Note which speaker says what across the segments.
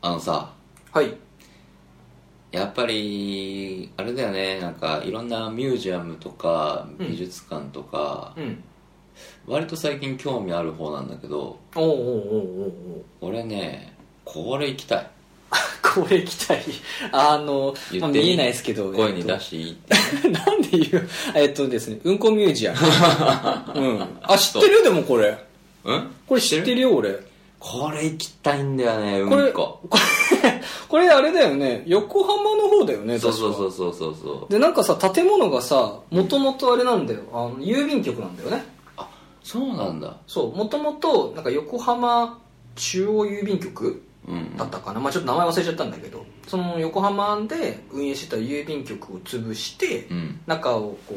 Speaker 1: あのさ
Speaker 2: はい
Speaker 1: やっぱりあれだよねなんかいろんなミュージアムとか
Speaker 2: うん
Speaker 1: 美術館とか、
Speaker 2: うん
Speaker 1: 割と最近興味ある方なんだけど
Speaker 2: おうおうおうおう おう
Speaker 1: 俺ねこれ行きたい
Speaker 2: これ期待あ
Speaker 1: 言
Speaker 2: の、
Speaker 1: ってみ
Speaker 2: まあ、見えないですけど
Speaker 1: 声に出
Speaker 2: し
Speaker 1: していいって
Speaker 2: て なんで言うえっとですねうんこミュージアムうんあ知ってるよでもこれ
Speaker 1: うん
Speaker 2: これ知ってるよ俺
Speaker 1: これ行きたいんだよね
Speaker 2: これ
Speaker 1: うんこ
Speaker 2: これこれあれだよね横浜の方だよね
Speaker 1: そう
Speaker 2: 確か
Speaker 1: そうそうそうそうそう
Speaker 2: でなんかさ建物がさもともとあれなんだよあの郵便局なんだよね
Speaker 1: そうなんだ
Speaker 2: そうもともとなんか横浜中央郵便局
Speaker 1: うん
Speaker 2: だったかな、まあ、ちょっと名前忘れちゃったんだけどその横浜で運営してた郵便局を潰して、
Speaker 1: うん
Speaker 2: 中をこ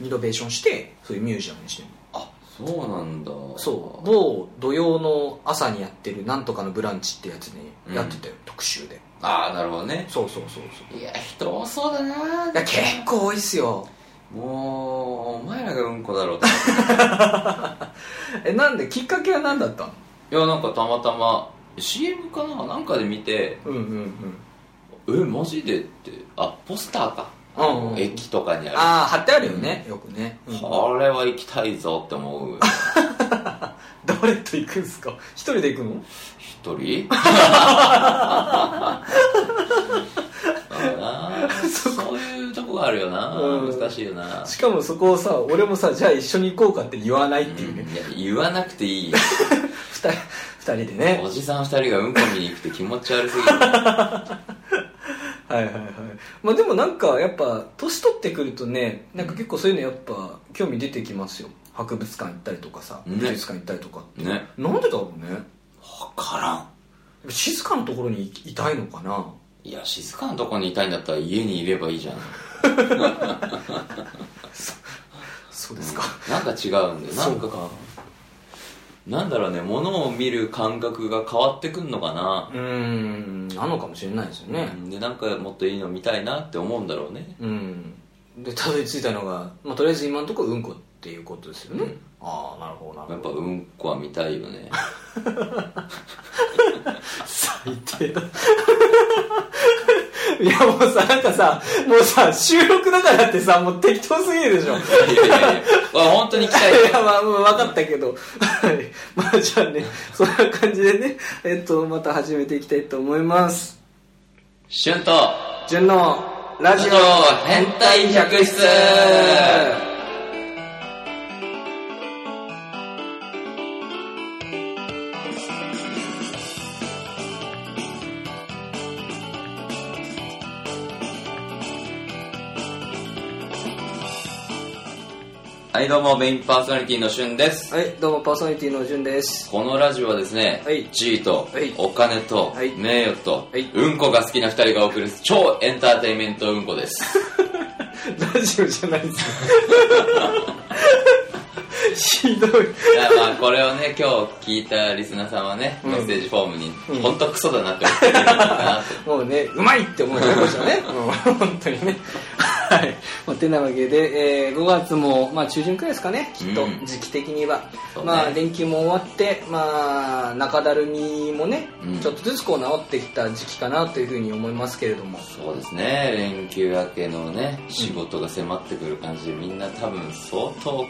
Speaker 2: うリノベーションしてそういうミュージアムにしてる
Speaker 1: あそうなんだ
Speaker 2: そう某土曜の朝にやってる「なんとかのブランチ」ってやつにやってたよ、特集で
Speaker 1: ああなるほどね
Speaker 2: そうそうそうそう
Speaker 1: いや人多そうだない
Speaker 2: いや結構多いっすよ
Speaker 1: もうお前らがうんこだろうと
Speaker 2: えなんできっかけは何だったの
Speaker 1: いやなんかたまたま CM かななんかで見て
Speaker 2: うんうんう
Speaker 1: 「
Speaker 2: ん
Speaker 1: えマジで?」ってあポスターか、
Speaker 2: うんうん
Speaker 1: 駅とかにある
Speaker 2: ああ貼ってあるよね、よくね、うん
Speaker 1: これは行きたいぞって思う
Speaker 2: 誰と行くんすか一人で行くの
Speaker 1: 一人だなそういうとこがあるよな、
Speaker 2: うん
Speaker 1: 難しいよな
Speaker 2: しかもそこをさ俺もさじゃあ一緒に行こうかって言わないっていうね、
Speaker 1: いや言わなくて いいよ
Speaker 2: 二人二人でね
Speaker 1: おじさん二人がうんこ見に行くって気持ち悪すぎる
Speaker 2: はいはいはいまあでもなんかやっぱ年取ってくるとねなんか結構そういうのやっぱ興味出てきますよ博物館行ったりとかさ
Speaker 1: ね
Speaker 2: 美術館行ったりとかって、
Speaker 1: ね
Speaker 2: なんでだろうねやっ
Speaker 1: 分からん
Speaker 2: ぱ静かなところにいいたいのかない
Speaker 1: や静かなとこにいたいんだったら家にいればいいじゃん
Speaker 2: そうですか、
Speaker 1: なんか違うんだよなんか
Speaker 2: か
Speaker 1: なんだろうね物を見る感覚が変わってくんのかな
Speaker 2: う、ーんあんのかもしれないですよね
Speaker 1: でなんかもっといいの見たいなって思うんだろうね
Speaker 2: うんでたどり着いたのが、まあ、とりあえず今のところうんこっていうことですよね、
Speaker 1: うん
Speaker 2: ああなるほどな
Speaker 1: や
Speaker 2: る
Speaker 1: っ
Speaker 2: ほ
Speaker 1: ぱうんこは見たいよね
Speaker 2: ど最低だ いやもうさなんかさもうさ収録だからってさもう適当すぎるでしょい
Speaker 1: いやいやいやわ本当に期待
Speaker 2: やまあ、まあ、分かったけど はいまあじゃあねそんな感じでねえっとまた始めていきたいと思います
Speaker 1: シュンと
Speaker 2: 純のラジ
Speaker 1: ジ
Speaker 2: オ
Speaker 1: オ
Speaker 2: 変
Speaker 1: 変
Speaker 2: 態
Speaker 1: 態
Speaker 2: 百
Speaker 1: 百
Speaker 2: 室
Speaker 1: 出はいどうもメインパーソナリティのシュンです
Speaker 2: はいどうもパーソナリティの 純です
Speaker 1: このラジオはですね、
Speaker 2: はい
Speaker 1: 地位と
Speaker 2: はい
Speaker 1: お金と
Speaker 2: はい
Speaker 1: 名誉と
Speaker 2: はい
Speaker 1: うんこが好きな二人がお送る超エンターテインメントうんこです
Speaker 2: ラジオじゃないです。 ひどい。
Speaker 1: いやまあこれをね今日聞いたリスナーさんはね、
Speaker 2: うん
Speaker 1: メッセージフォームに、
Speaker 2: うん
Speaker 1: 本当クソだなって思ってるのかなって
Speaker 2: もうね、うまいって思うよ、こっちはね。 うん本当にね。はい。まあ、てなわけで、えー5月も、まあ、中旬くらいですかね、きっと、
Speaker 1: うん
Speaker 2: 時期的には。
Speaker 1: そうね
Speaker 2: まあ、連休も終わって、まあ、中だるみもね、
Speaker 1: うん
Speaker 2: ちょっとずつこう治ってきた時期かなというふうに思いますけれども。
Speaker 1: そうですね連休明けのね仕事が迫ってくる感じでみんな多分相当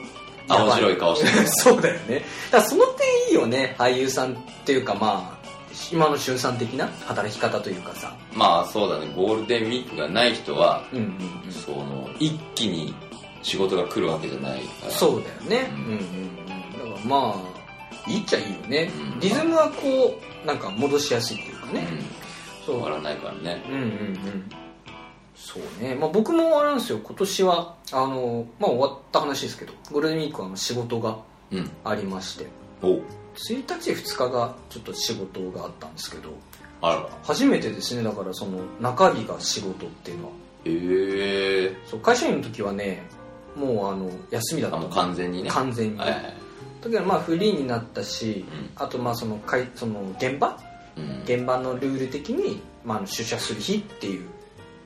Speaker 1: 青白い顔してる
Speaker 2: そうだよね。だからその点いいよね、俳優さんっていうか、まあ、今の俊さん的な働き方というかさ。
Speaker 1: まあそうだねゴールデンウィークがない人は、
Speaker 2: うんうんうん。
Speaker 1: その一気に仕事が来るわけじゃないから
Speaker 2: そうだよね、
Speaker 1: う
Speaker 2: うんんうんうん、だからまあいいっちゃいいよね、
Speaker 1: うん
Speaker 2: リズムはこうなんか戻しやすいっていうか
Speaker 1: う
Speaker 2: ね、
Speaker 1: ん
Speaker 2: そう
Speaker 1: 終わらないからね
Speaker 2: うんうんうんそうね、まあ、僕もあれなんですよ今年はあの、まあ、終わった話ですけどゴールデンウィークはあの仕事が
Speaker 1: うん
Speaker 2: ありまして
Speaker 1: お
Speaker 2: 1日2日がちょっと仕事があったんですけど
Speaker 1: あら
Speaker 2: 初めてですねだからその中日が仕事っていうのは
Speaker 1: ええ
Speaker 2: そう会社員の時はねもうあの休みだっ
Speaker 1: ー、
Speaker 2: た
Speaker 1: あ
Speaker 2: の
Speaker 1: もう完全にね
Speaker 2: 完全に、
Speaker 1: はいはい
Speaker 2: だけどまあフリーになったし、あとまあそのかいその現場
Speaker 1: うん、うん、
Speaker 2: 現場のルール的に、まああの、出社する日っていう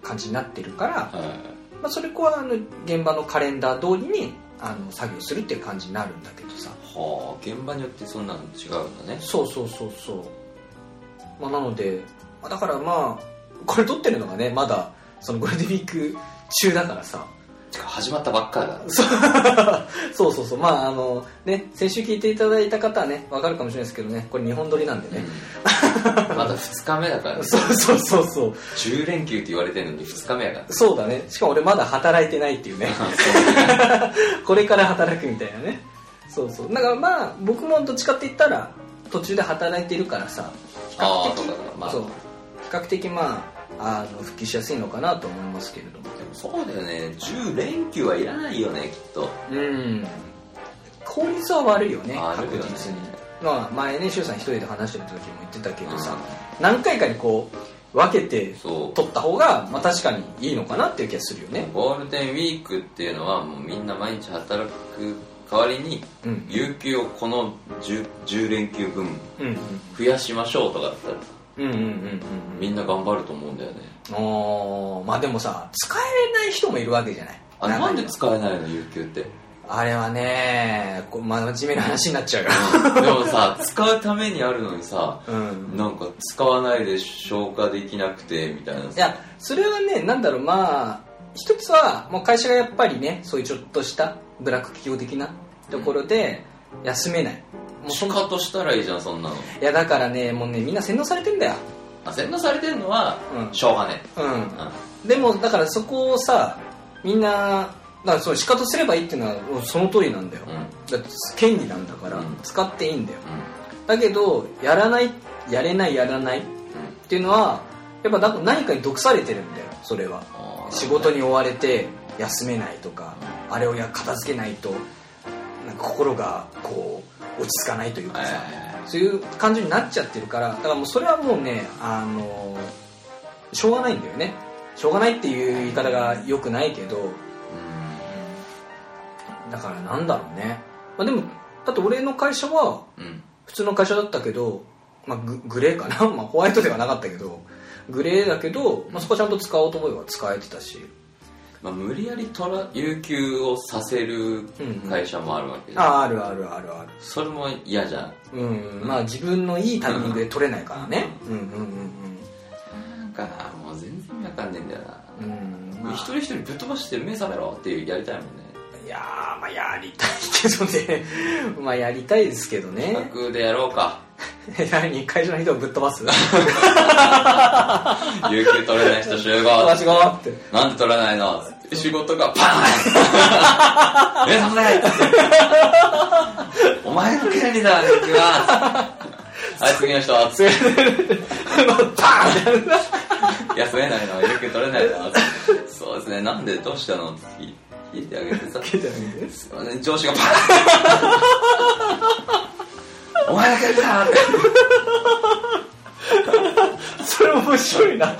Speaker 2: 感じになってるから、
Speaker 1: はい
Speaker 2: まあ、それこはあの現場のカレンダー通りにあの作業するっていう感じになるんだけどさ
Speaker 1: はあ現場によってそんなの違うんだね
Speaker 2: そうそうそうそう、まあ、なのでだからまあこれ撮ってるのがねまだそのゴールデンウィーク中だからさ
Speaker 1: てか始まったばっかりだ
Speaker 2: そうそうそうそうまああのね先週聞いていただいた方はねわかるかもしれないですけどねこれ日本撮りなんでね、
Speaker 1: うんまだ2日目だから、ね、
Speaker 2: そうそうそうそう
Speaker 1: 10連休って言われてるのに2日目やから
Speaker 2: そうだねしかも俺まだ働いてないっていうねこれから働くみたいなねそうそうだからまあ僕もどっちかって言ったら途中で働いてるからさ比較
Speaker 1: ああ
Speaker 2: 的
Speaker 1: そうだからまあ
Speaker 2: そう比較的まああの復帰しやすいのかなと思いますけれども
Speaker 1: でもそうだよね10連休はいらないよねきっと
Speaker 2: うん効率は悪いよね
Speaker 1: 悪
Speaker 2: 確
Speaker 1: いよね
Speaker 2: 実にまあ前ね周さん一人で話してる時も言ってたけどさ、何回かにこう分けて
Speaker 1: そう
Speaker 2: 取った方が、まあ、確かにいいのかなっていう気がするよね
Speaker 1: ゴールデンウィークっていうのはもうみんな毎日働く代わりに
Speaker 2: うん
Speaker 1: 有給をこの 10, 10連休分
Speaker 2: うんうん
Speaker 1: 増やしましょうとかだったら
Speaker 2: うんうんうんうん
Speaker 1: みんな頑張ると思うんだよね
Speaker 2: おーまあでもさ使えない人もいるわけじゃない
Speaker 1: あ
Speaker 2: 中には
Speaker 1: なんで使えないの有給って
Speaker 2: あれはねこう真面目な話になっちゃうよ、
Speaker 1: でも さ使うためにあるのにさ
Speaker 2: うん、
Speaker 1: なんか使わないで消化できなくてみたいない
Speaker 2: やそれはねなんだろうまあ一つはもう会社がやっぱりねそういうちょっとしたブラック企業的なところで休めない、もうそ
Speaker 1: シ
Speaker 2: ん
Speaker 1: カとしたらいいじゃんそんなの
Speaker 2: いやだからねもうねみんな洗脳されてんだよ
Speaker 1: あ洗脳されてるのは
Speaker 2: うん
Speaker 1: しょうがね
Speaker 2: うん
Speaker 1: え、うん
Speaker 2: でもだからそこをさみんなだからそう仕方すればいいっていうのはもうその通りなんだよ、
Speaker 1: うん
Speaker 2: だって権利なんだから
Speaker 1: うん
Speaker 2: 使っていいんだよだけどやらないやれないやらないっていうのはやっぱなんか何かに毒されてるんだよそれは
Speaker 1: あー
Speaker 2: 仕事に追われて休めないとかあれをや片付けないとなんか心がこう落ち着かないという
Speaker 1: は
Speaker 2: か
Speaker 1: いはい
Speaker 2: さ
Speaker 1: はい
Speaker 2: そういう感じになっちゃってるからだからもうそれはもうねあのしょうがないんだよねしょうがないっていう言い方が良くないけどだからなんだろうね、まあ、でもだって俺の会社は
Speaker 1: うんうん
Speaker 2: 普通の会社だったけど、まあ、ググレーかな、 まあ、ホワイトではなかったけどグレーだけど、まあ、そこはちゃんと使おうと思えば使えてたし
Speaker 1: まあ、無理やり取ら有給をさせる会社もあるわけで、
Speaker 2: ああるあるあるある
Speaker 1: それも嫌じゃん
Speaker 2: うんまあ自分のいいタイミングで取れないからねうんうん
Speaker 1: なんかもう全然わかんねえんだよな、
Speaker 2: うんうんうん、ま
Speaker 1: 一
Speaker 2: あ、
Speaker 1: 人一人ぶっ飛ばして目覚めろっていうやりたいもんね
Speaker 2: いやーまあやりたいけどね まあやりたいですけどね
Speaker 1: 企画でやろうか
Speaker 2: 何会社の人をぶっ飛ばす
Speaker 1: 有給取れない人集合
Speaker 2: 私がって
Speaker 1: なんで取らないの仕事がパーン目覚めないお前の権利だ有給ははい次の人
Speaker 2: それでパーンって
Speaker 1: 休めないの有給取れないのそうですねなんでどうしたのって聞いてあげてさ
Speaker 2: 蹴ってあげて
Speaker 1: すいません上司がパーンお前だけだって
Speaker 2: それ面白いな 面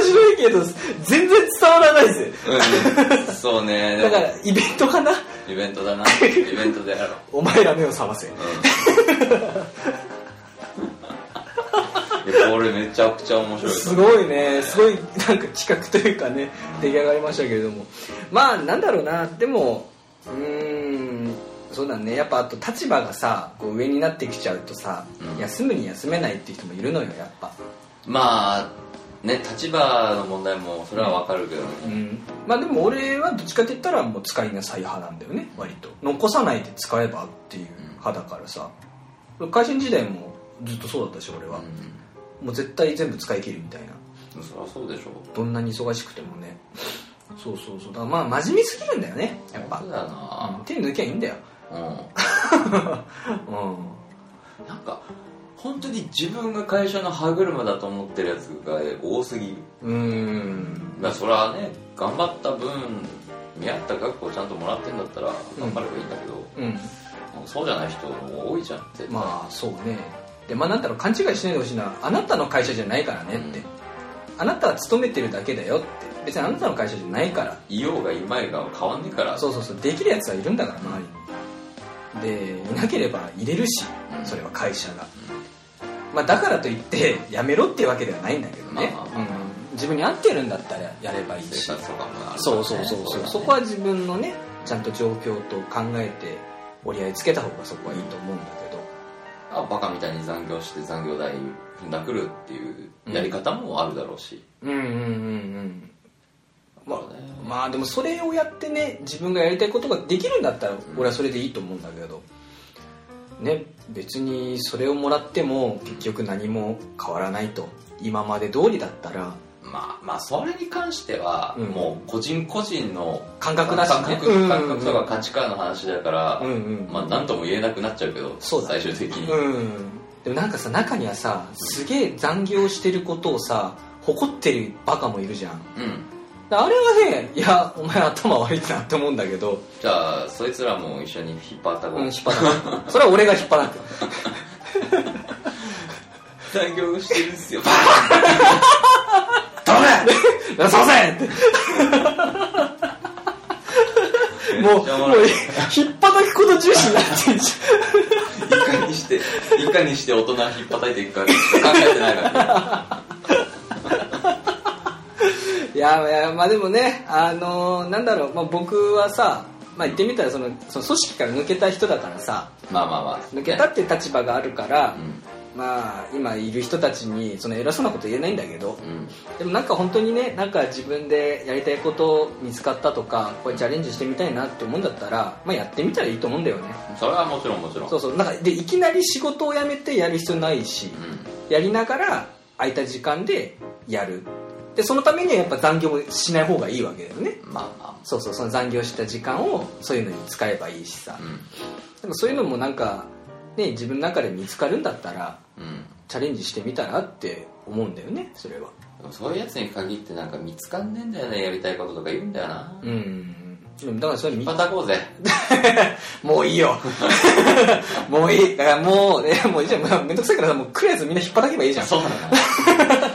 Speaker 2: 白いけど全然伝わらないぜ
Speaker 1: うんそうねでも
Speaker 2: だからイベントかな
Speaker 1: イベントだなイベントでやろう、
Speaker 2: お前ら目を覚ま せ
Speaker 1: うん、いやこれめちゃくちゃ面白い
Speaker 2: すごいねすごいなんか企画というかね出来上がりましたけれどもまあなんだろうなでもうーんそうだねやっぱあと立場がさこう上になってきちゃうとさ、
Speaker 1: うん
Speaker 2: 休むに休めないっていう人もいるのよやっぱ
Speaker 1: まあね立場の問題もそれはわかるけどね、
Speaker 2: うんまあでも俺はどっちかって言ったらもう使いなさい派なんだよね割と残さないで使えばっていう派だからさ会社員時代もずっとそうだったし俺は、もう絶対全部使い切るみたいな
Speaker 1: うん、そりゃそうでしょ
Speaker 2: どんなに忙しくてもねそうそうそうだからまあ真面目すぎるんだよねやっぱ
Speaker 1: そうだよ
Speaker 2: 手抜きゃいいんだよ
Speaker 1: なうん
Speaker 2: う
Speaker 1: なんか本当に自分が会社の歯車だと思ってるやつが多すぎる
Speaker 2: んうん
Speaker 1: まあそれはね頑張った分見合った額をちゃんともらってんだったら頑張ればいいんだけど、
Speaker 2: うん
Speaker 1: なんかそうじゃない人も多いじゃん絶対
Speaker 2: まあそうねでまあなんだろう勘違いしないでほしいのはあなたの会社じゃないからねって、
Speaker 1: うん
Speaker 2: あなたは勤めてるだけだよって別にあなたの会社じゃないから
Speaker 1: いようがいまいが変わんねえから
Speaker 2: そうそうそうできるやつはいるんだから周りにでいなければ入れるし
Speaker 1: うん
Speaker 2: それは会社が、まあ、だからといってやめろっていうわけではないんだけどね、
Speaker 1: まあまあま
Speaker 2: うん自分に合ってるんだったらやればいいし
Speaker 1: 生活とかもあるからね
Speaker 2: そうそうそうそう、そこは自分のねちゃんと状況と考えて折り合いつけた方がそこはいいと思うんだけど
Speaker 1: あバカみたいに残業して残業代踏んだくるっていうやり方もあるだろうし、
Speaker 2: うんうんうんうんま
Speaker 1: そうね
Speaker 2: あまあでもそれをやってね自分がやりたいことができるんだったら俺はそれでいいと思うんだけどね別にそれをもらっても結局何も変わらないと今まで通りだったら
Speaker 1: まあまあそれに関しては
Speaker 2: うん
Speaker 1: もう個人個人の
Speaker 2: 感
Speaker 1: 感
Speaker 2: 覚だしね
Speaker 1: 覚感覚とか
Speaker 2: か
Speaker 1: 価値観の話だから、
Speaker 2: うんうん
Speaker 1: まあ何とも言えなくなっちゃうけど
Speaker 2: そうだね
Speaker 1: 最終的に、
Speaker 2: うんでもなんかさ中にはさすげえ残業してることをさ誇ってるバカもいるじゃん
Speaker 1: うん
Speaker 2: あれはねいやお前頭悪いなって思うんだけど、
Speaker 1: じゃあそいつらも一緒に引っ張ったこ
Speaker 2: うん、
Speaker 1: う、
Speaker 2: 引っ張らないそれは俺が引っ張らなく
Speaker 1: 残業してるんすよダメだ
Speaker 2: すい ませんってもうもう引っ張らくこと重視になってんじ
Speaker 1: いかにしていかにして大人引っ叩いていくか考えてないから、
Speaker 2: ゃんいやいやまあでもねあのーなんだろう、まあ、僕はさまあ言ってみたらそのその組織から抜けた人だからさ
Speaker 1: まあまあまあ
Speaker 2: 抜けたっていう立場があるから、
Speaker 1: うん
Speaker 2: まあ今いる人たちにその偉そうなこと言えないんだけど
Speaker 1: うん
Speaker 2: でもなんか本当にねなんか自分でやりたいこと見つかったとかこれチャレンジしてみたいなって思うんだったら、まあ、やってみたらいいと思うんだよね
Speaker 1: それはもちろんもちろん
Speaker 2: そうそうなんかでいきなり仕事を辞めてやる必要ないし
Speaker 1: う
Speaker 2: やりながら空いた時間でやるでそのためにはやっぱ残業もしない方がいいわけだよね
Speaker 1: んまあま
Speaker 2: そうそうその残業した時間をそういうのに使えばいいしさ
Speaker 1: あうん
Speaker 2: でもそういうのもなんかね自分の中で見つかるんだったら
Speaker 1: うん
Speaker 2: チャレンジしてみたらって思うんだよねそれは
Speaker 1: でもそういうやつに限ってなんか見つかんねえんだよねやりたいこととか言うんだよな
Speaker 2: うんでもだからそれ見
Speaker 1: またこうぜ
Speaker 2: もういいよ もういいだからもう、ね、もういいじゃんもうめんどくさいからさもう来るやつみんな引っ張らけばいいじゃ ん
Speaker 1: そうだな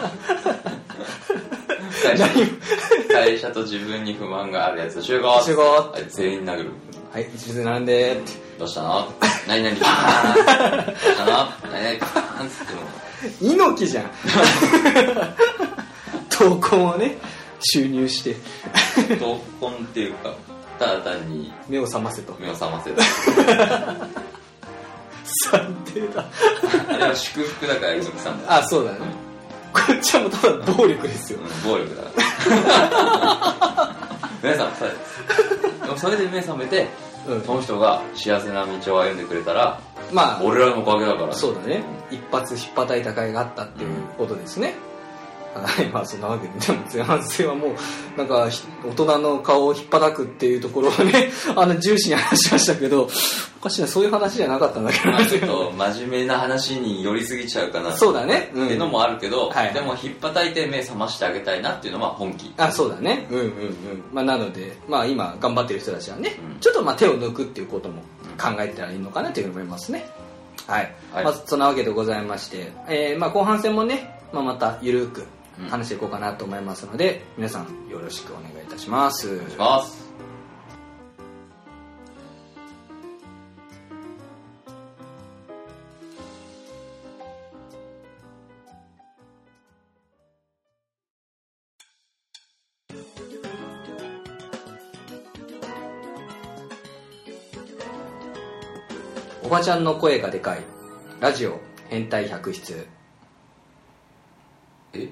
Speaker 1: 会社会社と自分に不満があるやつ集合
Speaker 2: 集合
Speaker 1: はい全員殴る
Speaker 2: はい一列に並んでって
Speaker 1: どうした の何々パーンどうしたの何々パーンっつっても
Speaker 2: 猪木じゃん 闘魂をね収入して
Speaker 1: 闘魂っていうかただ単に
Speaker 2: 目を覚ませ と
Speaker 1: 目を覚ませる
Speaker 2: 最低だ
Speaker 1: あれは祝福だから猪木さんだ
Speaker 2: あそうだねこっちはもうただ暴力ですよ
Speaker 1: うん暴 力だから目覚まされるでもそれで目覚めて
Speaker 2: うん
Speaker 1: その人が幸せな道を歩んでくれたら
Speaker 2: まあ
Speaker 1: 俺らのおかげだから
Speaker 2: そうだね一発引っ叩いた甲斐があったっていうことですね、はい まあそんなわけででも前半戦はもうなんかひ大人の顔を引っ叩くっていうところをね あの重視に話しましたけどおかしいなそういう話じゃなかったんだけど
Speaker 1: まあちょっと真面目な話に寄りすぎちゃうかな
Speaker 2: そうだねうん
Speaker 1: っていうのもあるけど、
Speaker 2: はい
Speaker 1: でも引っ叩いて目覚ましてあげたいなっていうのは本気
Speaker 2: あそうだねうんうんうん、まあ、なので、まあ、今頑張ってる人たちはね、
Speaker 1: うん
Speaker 2: ちょっとまあ手を抜くっていうことも考えたらいいのかなというふうに思いますねはい、
Speaker 1: はい
Speaker 2: まあ、そんなわけでございまして、えーまあ、後半戦もね、まあ、またゆるく話していこうかなと思いますので、皆さんよろしくお願いいたします
Speaker 1: します
Speaker 2: おばちゃんの声がでかいラジオ変態百出
Speaker 1: え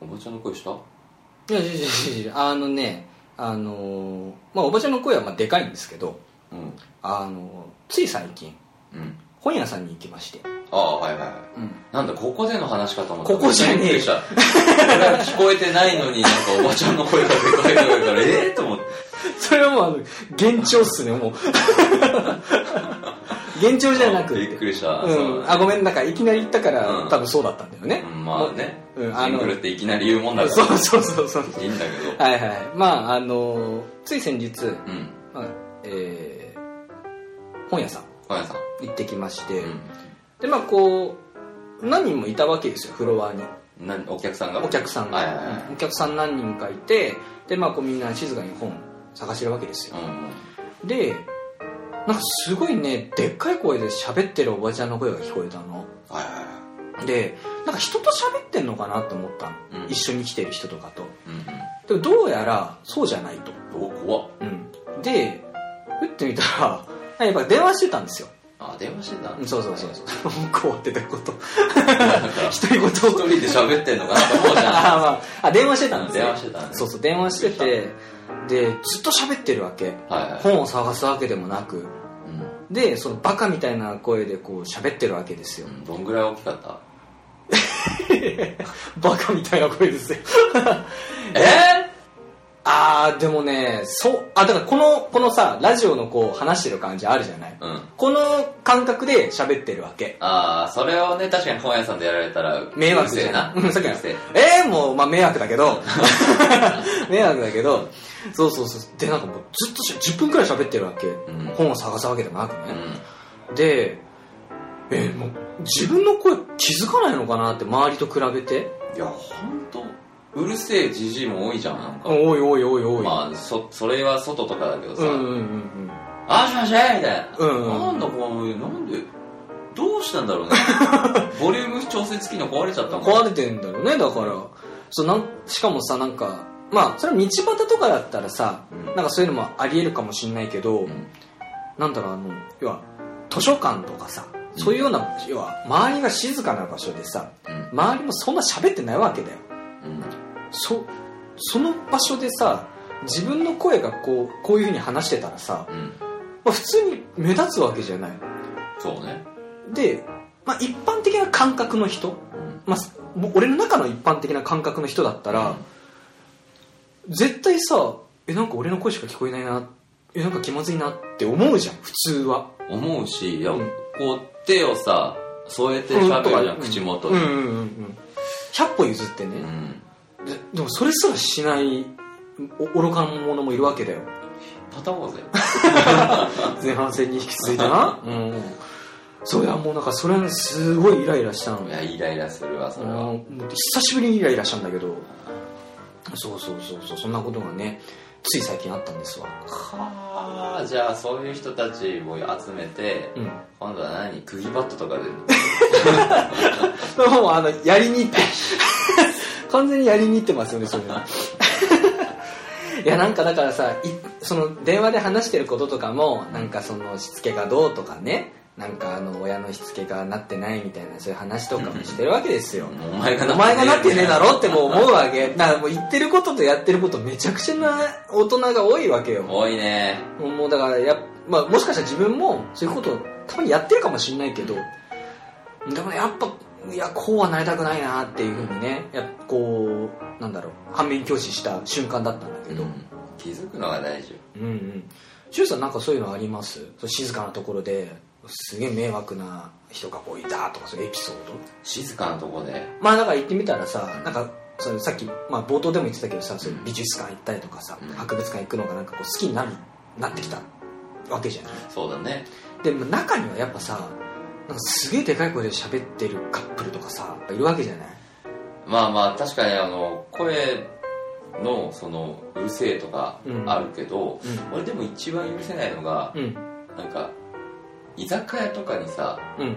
Speaker 1: おばちゃんの声した
Speaker 2: いや違う違う違う違うあのねあのーまあおばちゃんの声はまあでかいんですけど
Speaker 1: うん
Speaker 2: あのーつい最近
Speaker 1: うん
Speaker 2: 本屋さんに行きまして、
Speaker 1: ああはいはいはいなんだここでの話かと思った
Speaker 2: ここじゃねえ
Speaker 1: びっくりした俺は聞こえてないのになんかおばちゃんの声がでかいとか言うからええと思って
Speaker 2: それはもうあの幻聴っすねも う幻聴じゃなく
Speaker 1: びっくりした、
Speaker 2: うん、あごめんなんかいきなり言ったから、
Speaker 1: うん
Speaker 2: 多分そうだったんだよね、
Speaker 1: うんまあね、
Speaker 2: うんあ
Speaker 1: シン
Speaker 2: の
Speaker 1: グルっていきなり言うもんだ
Speaker 2: そ
Speaker 1: か
Speaker 2: うそうそうそう
Speaker 1: らいいんだけど
Speaker 2: はいはいまああのつい先日、
Speaker 1: うん
Speaker 2: まあえー本屋さん
Speaker 1: 小屋さん
Speaker 2: 行ってきまして、
Speaker 1: う
Speaker 2: でまあこう何人もいたわけですよフロアに
Speaker 1: んなんお客さんが
Speaker 2: お客さんが、
Speaker 1: はいはいはい
Speaker 2: うんお客さん何人かいてでまあこうみんな静かに本探してるわけですよ
Speaker 1: うん
Speaker 2: でなんかすごいねでっかい声で喋ってるおばちゃんの声が聞こえたの
Speaker 1: はいはい
Speaker 2: でなんか人と喋ってんのかなと思ったの、
Speaker 1: うん
Speaker 2: 一緒に来てる人とかと
Speaker 1: はい
Speaker 2: でもどうやらそうじゃないと、
Speaker 1: うんうんお怖っ
Speaker 2: うん、で打ってみたらやっぱ電話してたんですよ
Speaker 1: あ電話して たんだ
Speaker 2: そうそうそうそうこうってた こと
Speaker 1: なんか一
Speaker 2: 独り言を
Speaker 1: 人で喋ってんのかなと思うじゃん
Speaker 2: ああ、まあ、あ電話してたんですね
Speaker 1: 電話してたんで
Speaker 2: そうそう電話しててでずっと喋ってるわけ
Speaker 1: はいはい、
Speaker 2: 本を探すわけでもなく
Speaker 1: うん
Speaker 2: でそのバカみたいな声でこう喋ってるわけですよ
Speaker 1: うん、どんぐらい大きかった
Speaker 2: バカみたいな声ですよ
Speaker 1: え
Speaker 2: ああでもねそうあだからこのこのさラジオのこう話してる感じあるじゃない
Speaker 1: うん
Speaker 2: この感覚で喋ってるわけ
Speaker 1: ああそれをね確かに本屋さんでやられたら
Speaker 2: 迷惑
Speaker 1: う
Speaker 2: じ
Speaker 1: るせえ
Speaker 2: ゃ
Speaker 1: なん
Speaker 2: うんさっきの
Speaker 1: うるせえ
Speaker 2: えー、もう、まあ、迷惑だけ ど迷惑だけどそうそうそうでなんかもうずっとし10分くらい喋ってるわけ、
Speaker 1: ん
Speaker 2: 本を探すわけでもなく
Speaker 1: う
Speaker 2: ね、
Speaker 1: ん
Speaker 2: でえーもう自分の声気づかないのかなって周りと比べて
Speaker 1: いや本当うるせえじじいも多いじゃんなんか
Speaker 2: おいおいおいおい、
Speaker 1: まあそそれは外とかだけどさ、
Speaker 2: うんうんうん
Speaker 1: あーしましーみたいな、
Speaker 2: うんうん
Speaker 1: なんだこのなんでどうしたんだろうねボリューム調整付きの壊れちゃった
Speaker 2: う
Speaker 1: も
Speaker 2: ん
Speaker 1: ん
Speaker 2: 壊れてんだろうねだからそうなんしかもさなんかまあそれは道端とかだったらさ
Speaker 1: うん
Speaker 2: なんかそういうのもありえるかもしんないけど、
Speaker 1: ん
Speaker 2: なんだろうあの要は図書館とかさそういうような要は周りが静かな場所でさ
Speaker 1: うん
Speaker 2: 周りもそんな喋ってないわけだよ
Speaker 1: うん
Speaker 2: そその場所でさ自分の声がこうこういうふうに話してたらさ、
Speaker 1: うん
Speaker 2: まあ普通に目立つわけじゃない
Speaker 1: そうね
Speaker 2: で、まあ、一般的な感覚の人、
Speaker 1: うん
Speaker 2: まあ、もう俺の中の一般的な感覚の人だったら、絶対さえなんか俺の声しか聞こえないなえなんか気まずいなって思うじゃん普通は
Speaker 1: 思うしいや、
Speaker 2: うん
Speaker 1: こう手をさ添えて喋るじゃん、
Speaker 2: うん
Speaker 1: 口元
Speaker 2: うん
Speaker 1: に、
Speaker 2: うんうんうん100歩譲って
Speaker 1: う
Speaker 2: ね、
Speaker 1: ん
Speaker 2: ででもそれすらしないお愚か者もいるわけだよ
Speaker 1: 叩こうぜ
Speaker 2: 前半戦に引き継いだなうんそれはもうなんかそれはねすごいイライラしたの
Speaker 1: い
Speaker 2: ね
Speaker 1: やイライラするわそれは、
Speaker 2: うんもう久しぶりにイライラしたんだけどそうそうそうそうそんなことがねつい最近あったんですわ
Speaker 1: はあじゃあそういう人たちを集めて、
Speaker 2: うん
Speaker 1: 今度は何釘バットとかで
Speaker 2: もうあのやりに行 って完全にやりに行ってますよねそれは いやなんかだからさいその電話で話してることとかもなんかそのしつけがどうとかねなんかあの親のしつけがなってないみたいなそういう話とかもしてるわけですよ
Speaker 1: お前が
Speaker 2: お前がなってねえだろってもう思う
Speaker 1: う
Speaker 2: わけ だからもう言ってることとやってることめちゃくちゃな大人が多いわけよも
Speaker 1: 多いね
Speaker 2: うもうだからや、まあ、もしかしたら自分もそういうことをたまにやってるかもしんないけどでもねやっぱいやこうはなりたくないなっていうふうにねやっぱこうなんだろう反面教師した瞬間だったんだけど、うん、
Speaker 1: 気づくのが大事
Speaker 2: うんシュウさんなんかそういうのありますそう静かなところですげえ迷惑な人がこういたとかそういうエピソード
Speaker 1: 静かなとこで
Speaker 2: まあだから言ってみたらさなんかそのさっき、まあ、冒頭でも言ってたけどさそういう美術館行ったりとかさ、
Speaker 1: うん
Speaker 2: 博物館行くのがなんかこう好きになるなってきたわけじゃない
Speaker 1: そうだね
Speaker 2: でも中にはやっぱさなんかすげえでかい声で喋ってるカップルとかさいるわけじゃない
Speaker 1: まあまあ確かにあの声のそのうるせえとか
Speaker 2: うん
Speaker 1: あるけど、
Speaker 2: う
Speaker 1: 俺でも一番許せないのが
Speaker 2: ん
Speaker 1: なんか居酒屋とかにさ
Speaker 2: うんうん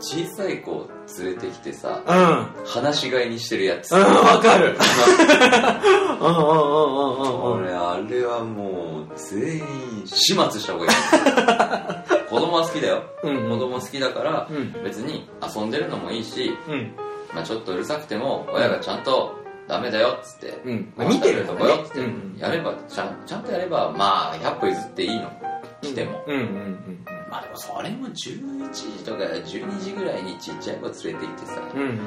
Speaker 1: 小さい子を連れてきてさ
Speaker 2: うん
Speaker 1: 話し飼いにしてるやつ、
Speaker 2: わかるうんうんうんうんうん
Speaker 1: 俺あれはもう全員始末した方がい い子供は好きだよ
Speaker 2: うん
Speaker 1: 子供好きだから
Speaker 2: うん
Speaker 1: 別に遊んでるのもいいし、
Speaker 2: うん
Speaker 1: まあ、ちょっとうるさくても親がちゃんとダメだよっつって、
Speaker 2: うんまあ見てる
Speaker 1: と
Speaker 2: と
Speaker 1: こ
Speaker 2: こ
Speaker 1: よ
Speaker 2: よ
Speaker 1: っつって、やればちゃんちゃんとやればまあ100歩譲っていいの来ても、
Speaker 2: うんうんうん
Speaker 1: まあでもそれも11時とか12時ぐらいにちっちゃい子連れてきてさ、
Speaker 2: うんうんうん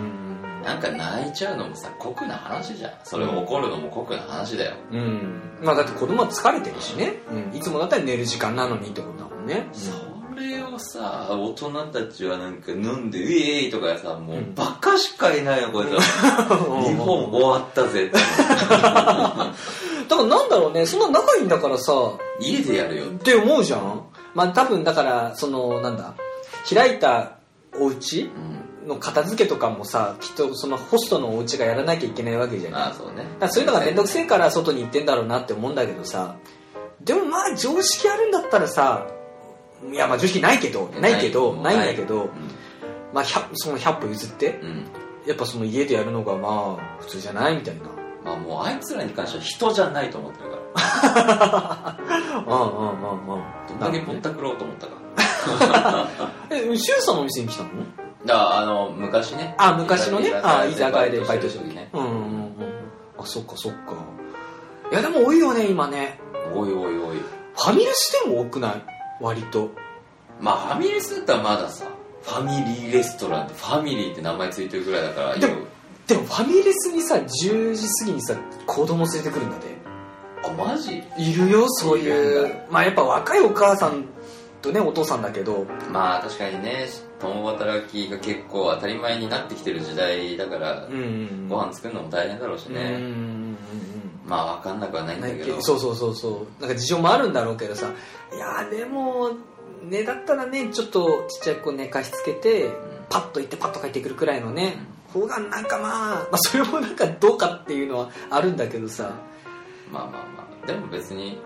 Speaker 1: なんか泣いちゃうのもさ酷な話じゃんそれを怒るのも酷な話だよ
Speaker 2: うんまあだって子供は疲れてるしね、うん、いつもだったら寝る時間なのにってことだもんね、
Speaker 1: それをさ大人たちはなんか飲んで「ウェーイ!」とかさもう
Speaker 2: うん
Speaker 1: バカしかいないのこれさ日本終わったぜって
Speaker 2: だからなんだろうねそんな仲いいんだからさ
Speaker 1: 家でやるよ
Speaker 2: って思うじゃんまあ多分だからそのなんだ開いたお家
Speaker 1: うん
Speaker 2: の片付けとかもさきっとそのホストのお家がやらなきゃいけないわけじゃない
Speaker 1: まあそうね
Speaker 2: だからそういうのが面倒くせえから外に行ってんだろうなって思うんだけどさでもまあ常識あるんだったらさいやまあ常識ないけどないけどないんだけど、まあ、100その100歩譲って
Speaker 1: うんうん
Speaker 2: やっぱその家でやるのがまあ普通じゃないみたいな
Speaker 1: まあもうあいつらに関しては人じゃないと思ってるから
Speaker 2: うんうんうんうん
Speaker 1: どんだけぼったくろうと思ったか
Speaker 2: えシュウさんのお店に来たの
Speaker 1: だからあの昔ね
Speaker 2: あ昔のねあ居酒屋でバイトし
Speaker 1: しててる
Speaker 2: る
Speaker 1: 時
Speaker 2: 時ね
Speaker 1: ね
Speaker 2: うんうんうんあそっかそっかいやでも多いよね今ね
Speaker 1: おいおいおい
Speaker 2: ファミレスでも多くない割と
Speaker 1: まあファミレスだったらまださファミリーレストランってファミリーって名前ついてるぐらいだから
Speaker 2: でもでもファミレスにさ10時過ぎにさ子供連れてくるんだで
Speaker 1: あマジ
Speaker 2: いるよそうい
Speaker 1: いうるん
Speaker 2: まあやっぱ若いお母さんとねお父さんだけど
Speaker 1: まあ確かにね共働きが結構当たり前になってきてる時代だから、
Speaker 2: ん
Speaker 1: ご飯作るのも大変だろうし
Speaker 2: うん
Speaker 1: ね、
Speaker 2: うんうん
Speaker 1: まあ分かんなくはない
Speaker 2: うんん
Speaker 1: だ
Speaker 2: ない
Speaker 1: け
Speaker 2: け
Speaker 1: ど
Speaker 2: どそうそうそうそうなんか事情もあるんだろうけどさいやーでもねだったらねちょっとちっちゃい子寝かしつけて
Speaker 1: ん
Speaker 2: パッと行ってパッと帰ってくるくらいのね方がなんかまあ、まあ、それもなんかどうかっていうのはあるんだけどさ
Speaker 1: まあまあまあでも別に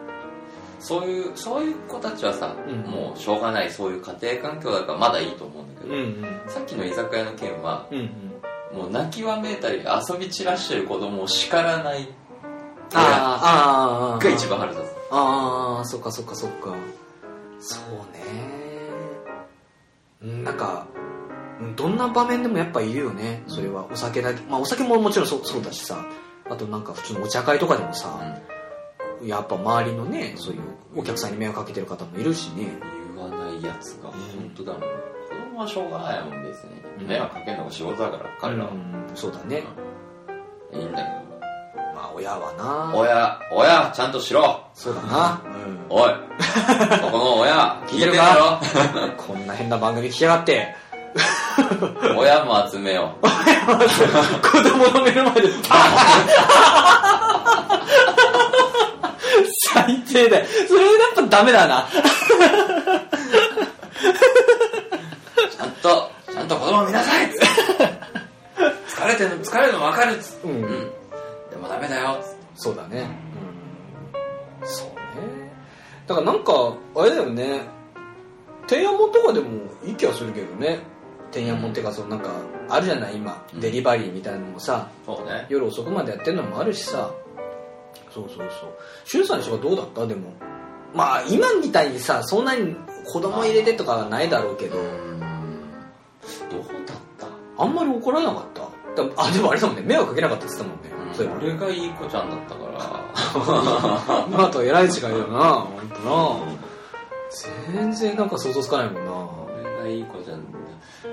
Speaker 1: そういうそういう子たちはさ、
Speaker 2: うん
Speaker 1: もうしょうがないそういう家庭環境だからまだいいと思うんだけ
Speaker 2: うん
Speaker 1: ど、
Speaker 2: うん
Speaker 1: さっきの居酒屋の件は
Speaker 2: うんうん
Speaker 1: もう泣きわめいたり遊び散らしてる子供を叱らない
Speaker 2: あーあーあー
Speaker 1: が一番腹立つ
Speaker 2: ああそっかそっかそっかそうねなんかうんどんな場面でもやっぱいるよねそれはお酒だけまあお酒ももちろんそうそうだしさあとなんか普通のお茶会とかでもさ、やっぱ周りのねそういうお客さんに迷惑かけてる方もいるしね
Speaker 1: 言わないやつが
Speaker 2: ん
Speaker 1: 本当だもん、子供はしょうがないもん別
Speaker 2: うん
Speaker 1: に迷惑かけるのが仕事だから彼らは
Speaker 2: うんそうだね、
Speaker 1: いいんだけ
Speaker 2: まあ親は
Speaker 1: ど
Speaker 2: な
Speaker 1: 親親ちゃんとしろ
Speaker 2: そうだな、
Speaker 1: お いここの親聞いてるだろ
Speaker 2: かこんな変な番組来やがって
Speaker 1: 親も集めよう
Speaker 2: 子供の目の前で、最低だよ。それやっぱダメだな。
Speaker 1: ちゃんとちゃんと子供見なさい 疲れてるの疲れるの分かるっつって
Speaker 2: うん
Speaker 1: うんでもダメだよっつって
Speaker 2: そうだね。そうね。だからなんか、あれだよね。天安門とかでもいい気はするけどね。天安門っていうか、そのなんか、あるじゃない今、
Speaker 1: うん
Speaker 2: デリバリーみたいなのもさ、
Speaker 1: そうね
Speaker 2: 夜遅くまでやってるのもあるしさ。そうそうそう。シュンさんの人はどうだったでも。まあ、今みたいにさ、そんなに子供入れてとかはないだろうけど。
Speaker 1: どうだった
Speaker 2: あんまり怒らなかった。でもあ、でもあれだもんね、迷惑かけなかったって言ってたもんね。そういえば
Speaker 1: 俺がいい子ちゃんだったから
Speaker 2: 今とは偉い違いだよな、ほんと な。全然なんか想像つかないもんな。
Speaker 1: 俺がいい子ちゃんだ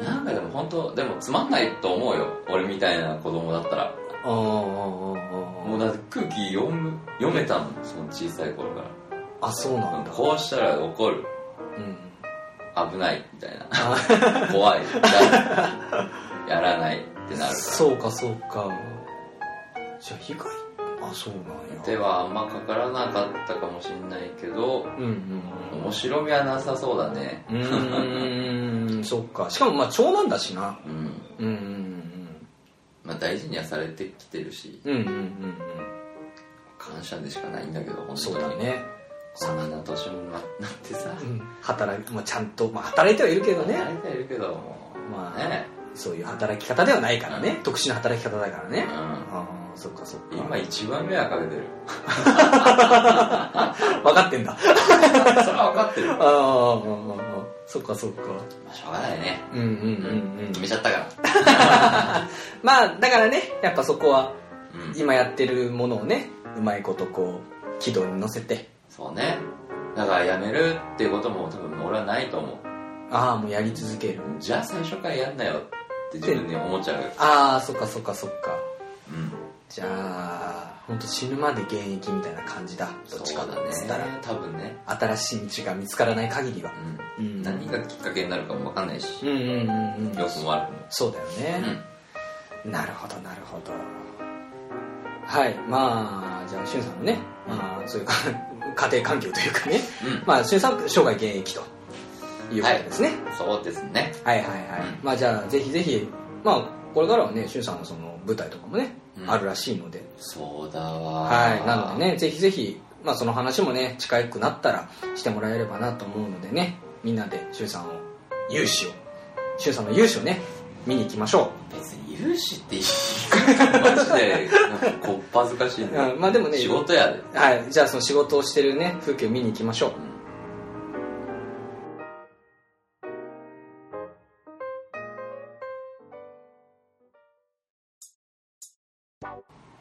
Speaker 1: なんかでも本当でもつまんないと思うよ俺みたいな子供だったら
Speaker 2: ああ、あ
Speaker 1: もうだって空気読む読めたもんその小さい頃か
Speaker 2: あ、あ、そうな
Speaker 1: ら
Speaker 2: んだ。
Speaker 1: こうしたら怒る
Speaker 2: うん。
Speaker 1: 危ないみたいな
Speaker 2: あ
Speaker 1: 怖いやらないってなるか
Speaker 2: そうか、そうか。じゃあ、被害あ、そう
Speaker 1: ら
Speaker 2: なん
Speaker 1: 手
Speaker 2: や。
Speaker 1: はあんまかからなかったかもしんないけど
Speaker 2: うん
Speaker 1: 面白みはなさそうだね
Speaker 2: うんうん。うーん、そっか。しかも、まあ、長男だしな。
Speaker 1: うん
Speaker 2: うんうんうん
Speaker 1: まあ大事にはされてきてるし
Speaker 2: うん。うんうんうん
Speaker 1: 感謝でしかないんだけど本当
Speaker 2: うん。
Speaker 1: に
Speaker 2: そうだね。
Speaker 1: そんな年になってさ
Speaker 2: うん働き、まあ、ちゃんと、まあ、働いてはいるけどね。
Speaker 1: 慣れてるけども
Speaker 2: まあ
Speaker 1: ね
Speaker 2: そういう働き方ではないからね、特殊な働き方だからね、
Speaker 1: う
Speaker 2: ああそっかそっか
Speaker 1: ん今一番迷惑かけ てる
Speaker 2: 分かってんだあ
Speaker 1: それは分かってる
Speaker 2: あああああそっかそっか
Speaker 1: まあしょうがないね
Speaker 2: うんうんうんうん
Speaker 1: 決めちゃったから
Speaker 2: まあだからねやっぱそこは
Speaker 1: うん
Speaker 2: 今やってるものをねうまいことこう軌道に乗せて
Speaker 1: そうねだからやめるっていうことも多分俺はないと思う
Speaker 2: ああもうやり続ける
Speaker 1: じゃあ最初からやんなよって自分で思っちゃう
Speaker 2: ああそっかそっかそっか
Speaker 1: うん
Speaker 2: じゃあ本当死ぬまで現役みたいな感じだどっちか
Speaker 1: そうだ
Speaker 2: っつったら、
Speaker 1: ね多分ね
Speaker 2: 新しい道が見つからない限りは、う
Speaker 1: うん
Speaker 2: ん、
Speaker 1: 何がきっかけになるかも分かんないし
Speaker 2: うんうんうんうん
Speaker 1: 良くも悪くも
Speaker 2: そうだよ
Speaker 1: う
Speaker 2: ね、
Speaker 1: ん
Speaker 2: なるほどなるほどはいまあじゃあしゅんさんのね、まあ、そういうか 家庭環境というかね
Speaker 1: う
Speaker 2: まあしゅんさんは生涯現役ということですね、
Speaker 1: んそうですね
Speaker 2: はい、はいはい
Speaker 1: うん
Speaker 2: まあじゃあぜひぜひまあこれからはねしゅんさんのその舞台とかもね、
Speaker 1: うん
Speaker 2: あるらしいので
Speaker 1: そうだわ
Speaker 2: はいなのでねぜひぜひまあその話もね近くなったらしてもらえればなと思うのでねみんなでしゅんさんを勇姿をしゅんさんの勇姿をね見に行きましょう
Speaker 1: 別に融資って言い方 マジでなんかこっぱずかしいんだよ
Speaker 2: うんまあでもね
Speaker 1: 仕事やで
Speaker 2: はい、じゃあその仕事をしてるね、風景を見に行きましょう。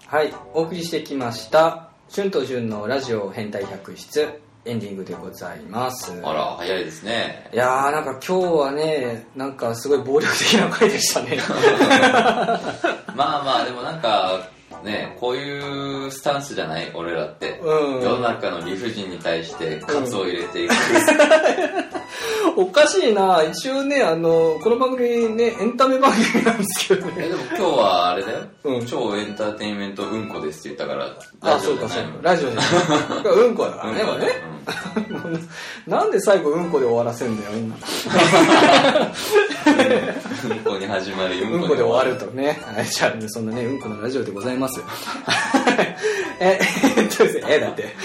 Speaker 2: はいお送りしてきました「春と旬のラジオ変態百室」エンディングでございます
Speaker 1: あら、早いですね。
Speaker 2: いやーなんか今日はねなんかすごい暴力的な回でした ね
Speaker 1: まあまあ、でもなんか、ね、こういうスタンスじゃない俺らって。
Speaker 2: う
Speaker 1: 世の
Speaker 2: ん
Speaker 1: 中の理不尽に対してカツを入れていく、
Speaker 2: おかしいな一応ねあのこの番組ねエンタメ番組なんですけどね
Speaker 1: えでも今日はあれだよ、
Speaker 2: うん
Speaker 1: 超エンターテインメントうんこですって言ったから
Speaker 2: あ
Speaker 1: 大
Speaker 2: そ
Speaker 1: 丈
Speaker 2: う
Speaker 1: 夫
Speaker 2: か
Speaker 1: じ
Speaker 2: そ
Speaker 1: ゃ
Speaker 2: う
Speaker 1: ない
Speaker 2: かラジ オじゃないうんこだからねこれね
Speaker 1: うん
Speaker 2: なんで最後うんこで終わらせんだよみんな
Speaker 1: うんこに始まり、
Speaker 2: うんこで終わるとね。はい、じゃあ、ね、そんなね、うんこのラジオでございます。 え、えっとですね、えだって。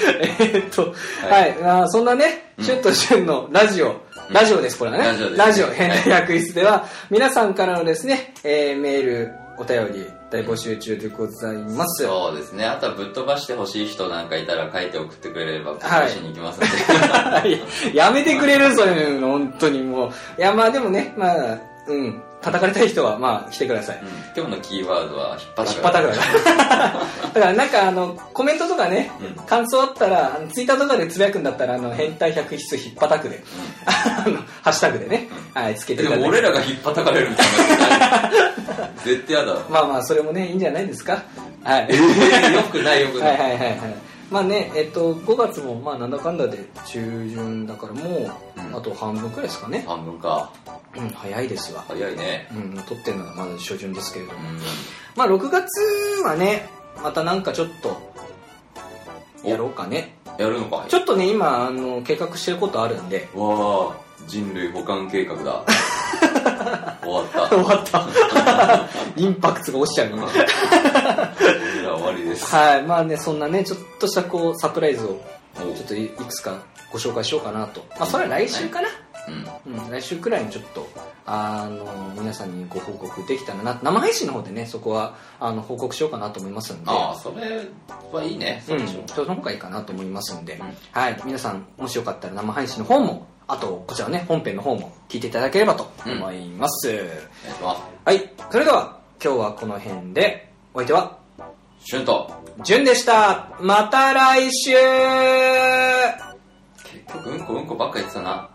Speaker 2: えっと、は、
Speaker 1: はい
Speaker 2: あーそんなね、シュッとシュンのラジオ、ラジオです、これはね。
Speaker 1: ラジオです
Speaker 2: 変態役室では、皆さんからのですね、えーメール、お便り、大募集中でございます。は
Speaker 1: そうですね。あとはぶっ飛ばしてほしい人なんかいたら書いて送ってくれれば、
Speaker 2: はい
Speaker 1: しに行き ますので。
Speaker 2: いやめてくれるそういうの、本当にもう。いや、まあでもね、まあ、うん、叩かれたい人は、まあ、来てください。
Speaker 1: うん今日のキーワードは、引っ張
Speaker 2: 引っ張った から。だからなんかあの、コメントとかね、
Speaker 1: うん
Speaker 2: 感想あったら、あのツイッターとかでつぶやくんだったら、あの、変態百室引っ張たくで、 あの、ハッシュタグでね、はい、つけて
Speaker 1: え
Speaker 2: いただ
Speaker 1: で
Speaker 2: い
Speaker 1: も
Speaker 2: て。
Speaker 1: 俺らが引っ張たかれるん だ絶対やだ。
Speaker 2: まあまあ、それもね、いいんじゃないですか。はい。
Speaker 1: よくないよく
Speaker 2: は
Speaker 1: ないい。
Speaker 2: はいはいはい。まあね、えっと、5月も、まあ、なんだかんだで中旬だから、もう、
Speaker 1: うん
Speaker 2: あと半分くらいですかね。
Speaker 1: 半分か。
Speaker 2: うん、早いですわ。
Speaker 1: 早いね。
Speaker 2: うん、撮ってるのがまだ初旬ですけれど
Speaker 1: う
Speaker 2: も。
Speaker 1: ん。
Speaker 2: まあ、6月はね、またなんかちょっと、やろうかね。
Speaker 1: やるのか。
Speaker 2: ちょっとね、今、あの、計画してることあるんで。
Speaker 1: わあ人類保管計画だ。終わった。
Speaker 2: 終わった。 インパクトが落ちちゃうのね。
Speaker 1: 俺ら終わりです。
Speaker 2: はい。まあね、そんなね、ちょっとしたこう、サプライズを、
Speaker 1: おう
Speaker 2: ちょっといいくつかご紹介しようかなと。まあ、それは来週かな。
Speaker 1: うん。
Speaker 2: うん、来週くらいにちょっと、あの、皆さんにご報告できたらな。生配信の方でね、そこは、あの、報告しようかなと思いますんで。
Speaker 1: ああ、それはいいね。
Speaker 2: う
Speaker 1: そっ
Speaker 2: ん、
Speaker 1: ちも
Speaker 2: その方がいいかなと思いますんで、
Speaker 1: ん
Speaker 2: はい、皆さん、もしよかったら生配信の方も、あと、こちらね、本編の方も聞いていただければと思います。
Speaker 1: お願いします。
Speaker 2: はい、それでは今日はこの辺で、お相手は、
Speaker 1: シュント。
Speaker 2: じゅんでした。また来週
Speaker 1: 結局うんこうんこばっか言ってたな。